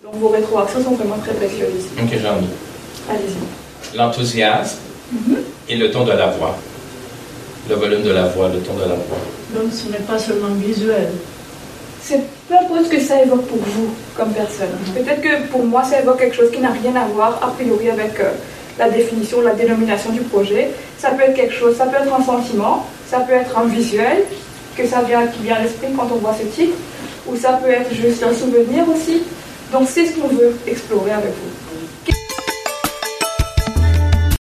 Donc vos rétroactions sont vraiment très précieuses. Ok, j'en ai. Allez-y. L'enthousiasme et le ton de la voix. Le volume de la voix, le ton de la voix. Donc ce n'est pas seulement visuel. C'est peu importe ce que ça évoque pour vous comme personne. Peut-être que pour moi, ça évoque quelque chose qui n'a rien à voir a priori avec euh, la définition, la dénomination du projet. Ça peut être quelque chose, ça peut être un sentiment, ça peut être un visuel que ça vient, qui vient à l'esprit quand on voit ce titre, ou ça peut être juste un souvenir aussi. Donc c'est ce qu'on veut explorer avec vous.